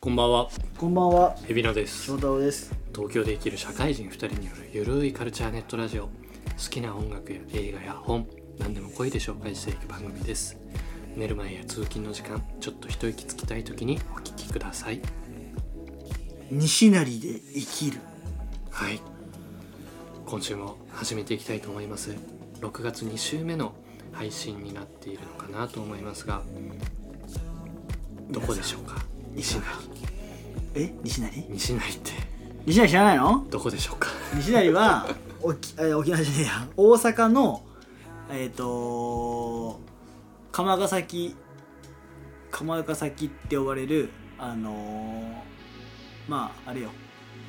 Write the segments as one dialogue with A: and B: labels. A: こんばんは、
B: こんばんは、
A: エビナです
B: 翔。太郎です。
A: 東京で生きる社会人2人によるゆるいカルチャーネットラジオ。好きな音楽や映画や本、何でも恋で紹介していく番組です。寝る前や通勤の時間、ちょっと一息つきたい時にお聞きください。
B: 西成で生きる。
A: はい。今週も始めていきたいと思います。6月2週目の配信になっているのかなと思いますが、どこでしょうか西成。
B: え、西成？
A: 西成って
B: 西成知らないの？
A: どこでしょうか
B: 西成 は沖え沖縄じゃねえや、大阪のえっ、と鎌ヶ崎鎌ヶ崎って呼ばれるあのーまああれよ、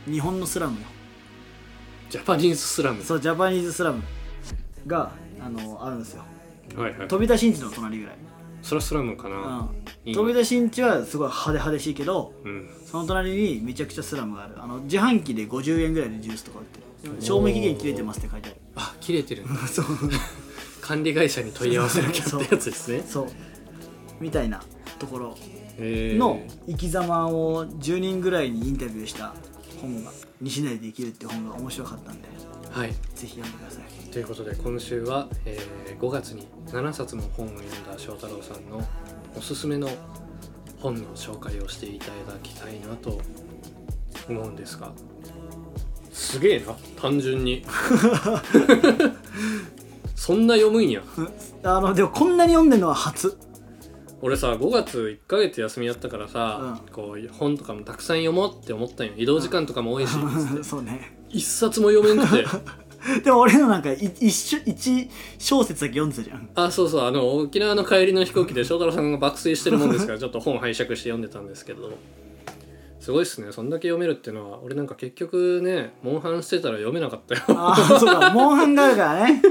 B: 日本のスラムよ。
A: ジャパニーズスラム。
B: そうジャパニーズスラムがあのあるんですよ。
A: はいはい。
B: 飛び出しんちの隣ぐらい。
A: そらスラムかな。
B: う
A: いい
B: ん。
A: ね
B: 飛び出しんちはすごい派手派手しいけど。
A: うん。
B: その隣にめちゃくちゃスラムがあるあの自販機で50円ぐらいのジュースとか売ってる賞味期限切れてますって書いて
A: あ、切れて るんだ
B: あるそう
A: 管理会社に問い合わせなきゃ
B: そう
A: ってやつです ね。
B: そうみたいなところ
A: えー
B: の生き様を10人ぐらいにインタビューした本が「西成で生きる」って本が面白かったんで
A: はい。
B: ぜひ読んでください
A: ということで今週は、えー5月に7冊も本を読んだ翔太郎さんのおすすめの本の紹介をしていただきたいなと思うんですが。すげえな単純 にそんな読むんや
B: あのでもこんなに読んでるのは初
A: 俺さ5月1ヶ月休みやったからさ、
B: う
A: こう本とかもたくさん読もうって思ったんよ移動時間とかも多いし
B: そうね
A: 一冊も読めんくて
B: でも俺のなんかい一緒一小節だけ読んでたじゃん
A: あそうそうあの沖縄の帰りの飛行機で翔太郎さんが爆睡してるもんですからちょっと本拝借して読んでたんですけどすごいっすねそんだけ読めるっていうのは俺なんか結局ねモンハンしてたら読めなかったよ
B: ああそうかモンハンがあるからね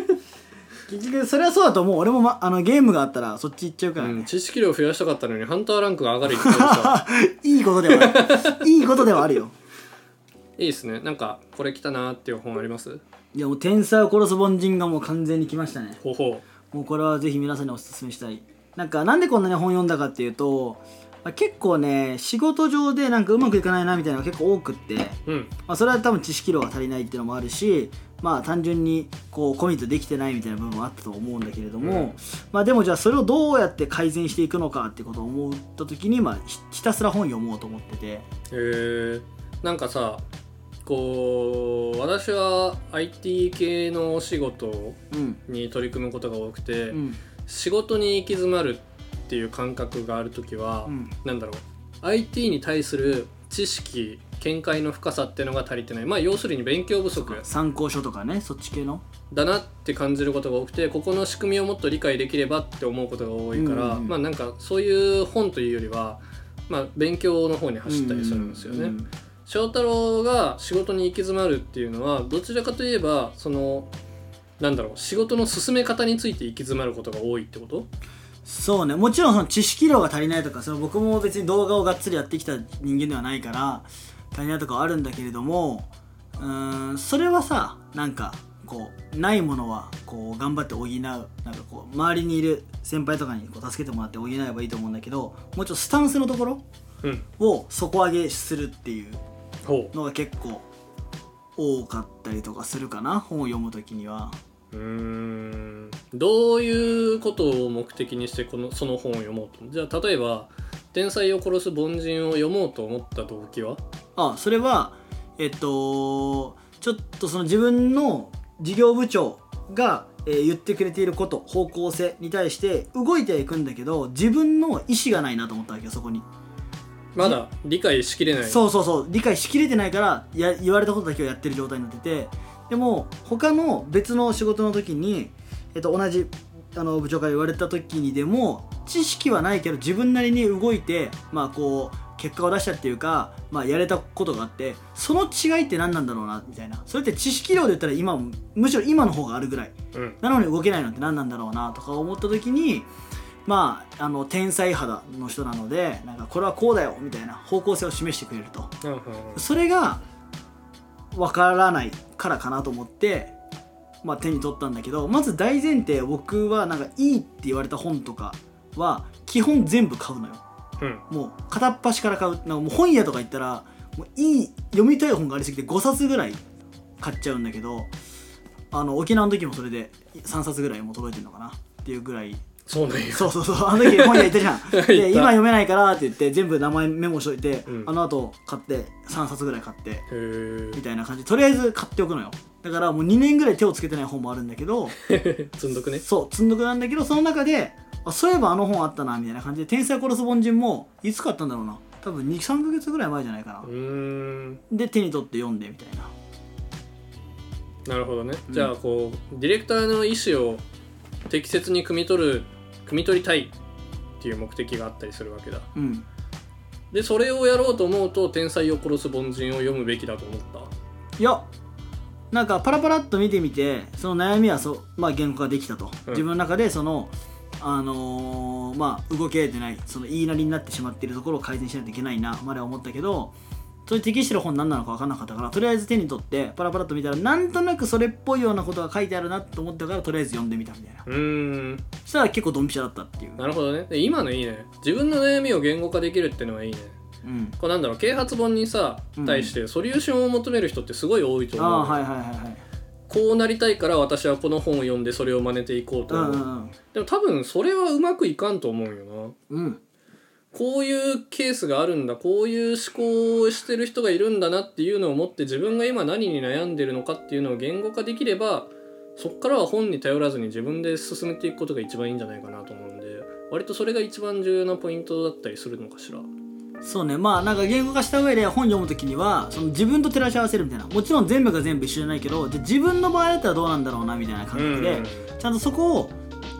B: 結局それはそうだと思う俺も、ま、あのゲームがあったらそっち行っちゃうから
A: う
B: ね、
A: ん、知識量増やしたかったのにハンターランクが上がる一方でさ
B: いいことではあるいいことではあるよ
A: いいっすねなんかこれ来たなーっていう本あります
B: いやもう天才を殺す凡人がもう完全に来ましたね
A: ほうほ
B: もうこれはぜひ皆さんにおすすめしたいなんかなんでこんなに本読んだかっていうとまあ結構ね仕事上でなんかうまくいかないなみたいなのが結構多くって、
A: ううん
B: まあ、それは多分知識量が足りないっていうのもあるしまあ単純にこうコミットできてないみたいな部分もあったと思うんだけれども、
A: うん
B: まあでもじゃあそれをどうやって改善していくのかってことを思った時に、まあ、ひひたすら本読もうと思ってて
A: へえなんかさこう私は IT 系のお仕事
B: うん
A: に取り組むことが多くて、
B: うん
A: 仕事に行き詰まるっていう感覚がある時は、
B: うん
A: なんだろう IT に対する知識見解の深さっていうのが足りてないまあ要するに勉強不足
B: 参考書とかねそっち系の
A: だなって感じることが多くてここの仕組みをもっと理解できればって思うことが多いから、
B: うんうん
A: まあなんかそういう本というよりは、まあ、勉強の方に走ったりするんですよね。
B: うん
A: 翔太郎が仕事に行き詰まるっていうのはどちらかといえばそのなんだろう仕事の進め方について行き詰まることが多いってこと
B: そうねもちろんその知識量が足りないとかその僕も別に動画をがっつりやってきた人間ではないから足りないとかはあるんだけれどもうーんそれはさなんかこうないものはこう頑張って補うなんかこう周りにいる先輩とかにこう助けてもらって補えばいいと思うんだけどもうちょっとスタンスのところ
A: うん
B: を底上げするっていう
A: ほ
B: のが結構多かったりとかするかな本を読む時には。
A: ううーんどういうことを目的にしてこのその本を読もうとじゃあ例えば「天才を殺す凡人」を読もうと思った動機は
B: あそれはえっとちょっとその自分の事業部長が、えー言ってくれていること方向性に対して動いてはいくんだけど自分の意思がないなと思ったわけよそこに、
A: まだ理解しきれない
B: そうそうそう理解しきれてないからや言われたことだけをやってる状態になっててでも他の別の仕事の時に、えっと、同じあの部長から言われた時にでも知識はないけど自分なりに動いてまあこう結果を出したっていうか、まあ、やれたことがあってその違いって何なんだろうなみたいなそれって知識量で言ったら今もむしろ今の方があるぐらい
A: うん
B: なのに動けないのって何なんだろうなとか思った時にまああの天才肌の人なのでなんかこれはこうだよみたいな方向性を示してくれると
A: うんうん
B: それが分からないからかなと思って、まあ、手に取ったんだけどまず大前提僕はなんかいいって言われた本とかは基本全部買うのよ
A: うん
B: もう片っ端から買うなんかもう本屋とか行ったらもういい読みたい本がありすぎて5冊ぐらい買っちゃうんだけどあの沖縄の時もそれで3冊ぐらいもう届いてるのかなっていうぐらい
A: そうなんや
B: そうそうそうあの時本屋行ったじゃん
A: 行った
B: で今読めないからって言って全部名前メモしといて、
A: うん
B: あの後買って3冊ぐらい買って
A: へ
B: み
A: ー
B: たいな感じとりあえず買っておくのよだからもう2年ぐらい手をつけてない本もあるんだけど
A: 積んどくね
B: そう積んどくなんだけどその中であそういえばあの本あったなみたいな感じで「天才殺す凡人」もいつ買ったんだろうな多分23ヶ月ぐらい前じゃないかな
A: う、ーん
B: で手に取って読んでみたいな
A: なるほどね、
B: うん
A: じゃあこうディレクターの意思を適切に汲み取る汲み取りたいっていう目的があったりするわけだ
B: うん
A: でそれをやろうと思うと「天才を殺す凡人」を読むべきだと思った
B: いやなんかパラパラっと見てみてその悩みはそう、まあ、言語化できたと、
A: うん
B: 自分の中でそのあのーまあ動けてないその言いなりになってしまっているところを改善しないといけないなまでは思ったけどそれに適してる本何なのか分からなかったからとりあえず手に取ってパラパラっと見たらなんとなくそれっぽいようなことが書いてあるなと思ったからとりあえず読んでみたみたいな
A: うーん
B: そしたら結構ドンピシャだったっていう、
A: なるほどねで今のいいね自分の悩みを言語化できるってのはいいね
B: うん、
A: こうなんだろう啓発本にさ
B: うん
A: 対してソリューションを求める人ってすごい多いと
B: あ
A: 思う、
B: あはいはいはいはい
A: こうなりたいから私はこの本を読んでそれを真似ていこうと
B: うん
A: 思う、
B: うん
A: でも多分それはうまくいかんと思うよな
B: うん
A: こういうケースがあるんだこういう思考をしてる人がいるんだなっていうのを持って自分が今何に悩んでるのかっていうのを言語化できればそこからは本に頼らずに自分で進めていくことが一番いいんじゃないかなと思うんで割とそれが一番重要なポイントだったりするのかしら
B: そうねまあなんか言語化した上で本読む時にはその自分と照らし合わせるみたいなもちろん全部が全部一緒じゃないけどじゃあ自分の場合だったらどうなんだろうなみたいな感覚で、ちゃんとそこを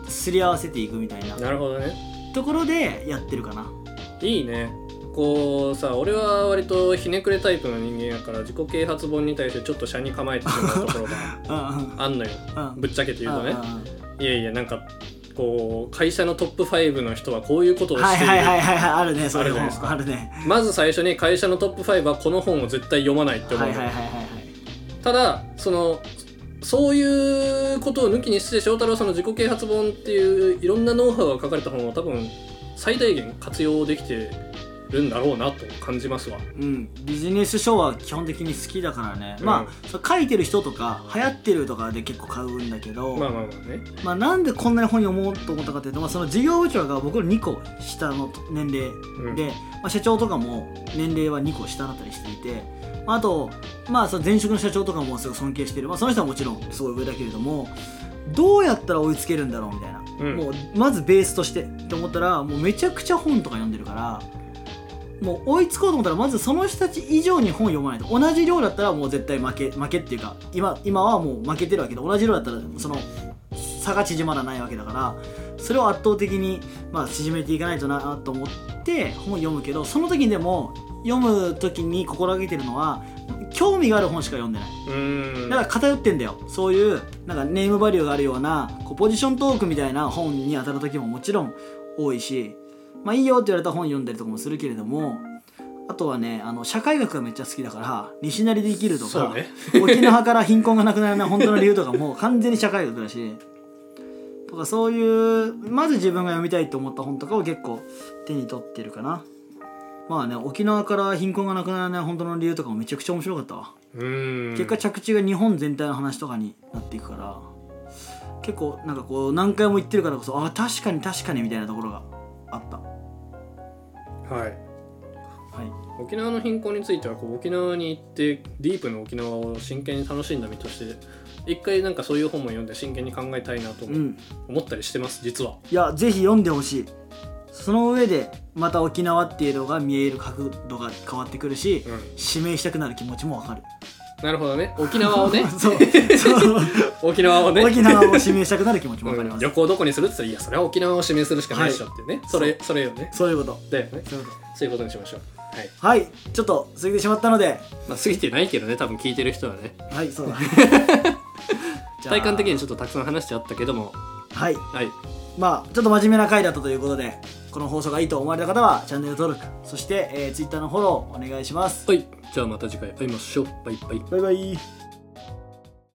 B: すり合わせていくみたいな
A: なるほどね
B: ところでやってるかない
A: いねこうさ俺は割とひねくれタイプの人間やから自己啓発本に対してちょっと斜に構えてしまうところが
B: うんうん
A: あんのよ
B: うん
A: ぶっちゃけて言うとね
B: うんうん
A: いやいやなんかこう会社のトップ5の人はこういうことを
B: はい
A: している、
B: はいはいはいはいあるねそう
A: あ
B: いう
A: るじゃない
B: 本
A: ですか
B: あるね
A: まず最初に会社のトップ5はこの本を絶対読まないって思
B: は
A: う、
B: いはいはいはいはい
A: ただそのそういうことを抜きにして翔太郎さんの自己啓発本っていういろんなノウハウが書かれた本を多分最大限活用できてるんだろうなと感じますわ
B: うん、ビジネス書は基本的に好きだからね、まあそう書いてる人とか流行ってるとかで結構買うんだけど、
A: まあまあまあね
B: まあ、なんでこんなに本読もうと思ったかというと、まあ、その事業部長が僕の2個下の年齢
A: うん
B: で、まあ、社長とかも年齢は2個下だったりしていて、まあ、あと、まあ、その前職の社長とかもすごい尊敬してる、まあ、その人はもちろんすごい上だけれどもどうやったら追いつけるんだろうみたいな、
A: うん
B: もうまずベースとしてって思ったらもうめちゃくちゃ本とか読んでるから。もう追いつこうと思ったらまずその人たち以上に本読まないと同じ量だったらもう絶対負け負けっていうか今今はもう負けてるわけで同じ量だったらその差が縮まらないわけだからそれを圧倒的に、まあ、縮めていかないとなと思って本を読むけどその時にでも読む時に心がけてるのは興味がある本しか読んでない
A: うん
B: だから偏ってんだよそういうなんかネームバリューがあるようなこうポジショントークみたいな本に当たる時ももちろん多いしまあいいよって言われた本読んだりとかもするけれどもあとはねあの社会学がめっちゃ好きだから西成で生きるとか
A: そうね
B: 沖縄から貧困がなくならない本当の理由とかも完全に社会学だしとかそういうまず自分が読みたいと思った本とかを結構手に取ってるかなまあね沖縄から貧困がなくならない本当の理由とかもめちゃくちゃ面白かったわ
A: うん
B: 結果着地が日本全体の話とかになっていくから結構なんかこう何回も言ってるからこそあ確かに確かにみたいなところがあった
A: はい
B: はい
A: 沖縄の貧困についてはこう沖縄に行ってディープの沖縄を真剣に楽しんだ身として一回なんかそういう本も読んで真剣に考えたいなと思,、
B: うん
A: 思ったりしてます実はい
B: やぜひ読んでほしいその上でまた沖縄っていうのが見える角度が変わってくるし、
A: うん
B: 指名したくなる気持ちもわかる
A: なるほど ね沖縄をね
B: そう そう
A: 沖縄をね
B: 沖縄を指名したくなる気持ちもわかり
A: う
B: ま
A: ん
B: す、
A: 旅行どこにするって言ったらいやそれは沖縄を指名するしかないでしょっていうね、それそれよね
B: そういうこと
A: だよね
B: そういうこと
A: そういうことにしましょうはい
B: はいちょっと過ぎてしまったので
A: まあ過ぎてないけどね多分聞いてる人はね
B: はいそうだ じゃあ
A: 体感的にちょっとたくさん話してあったけども
B: はい
A: はい
B: まあちょっと真面目な回だったということでこの放送がいいと思われた方はチャンネル登録そして、えー、Twitter のフォローお願いします
A: はいじゃあまた次回会いましょうバイバイ
B: バイバイ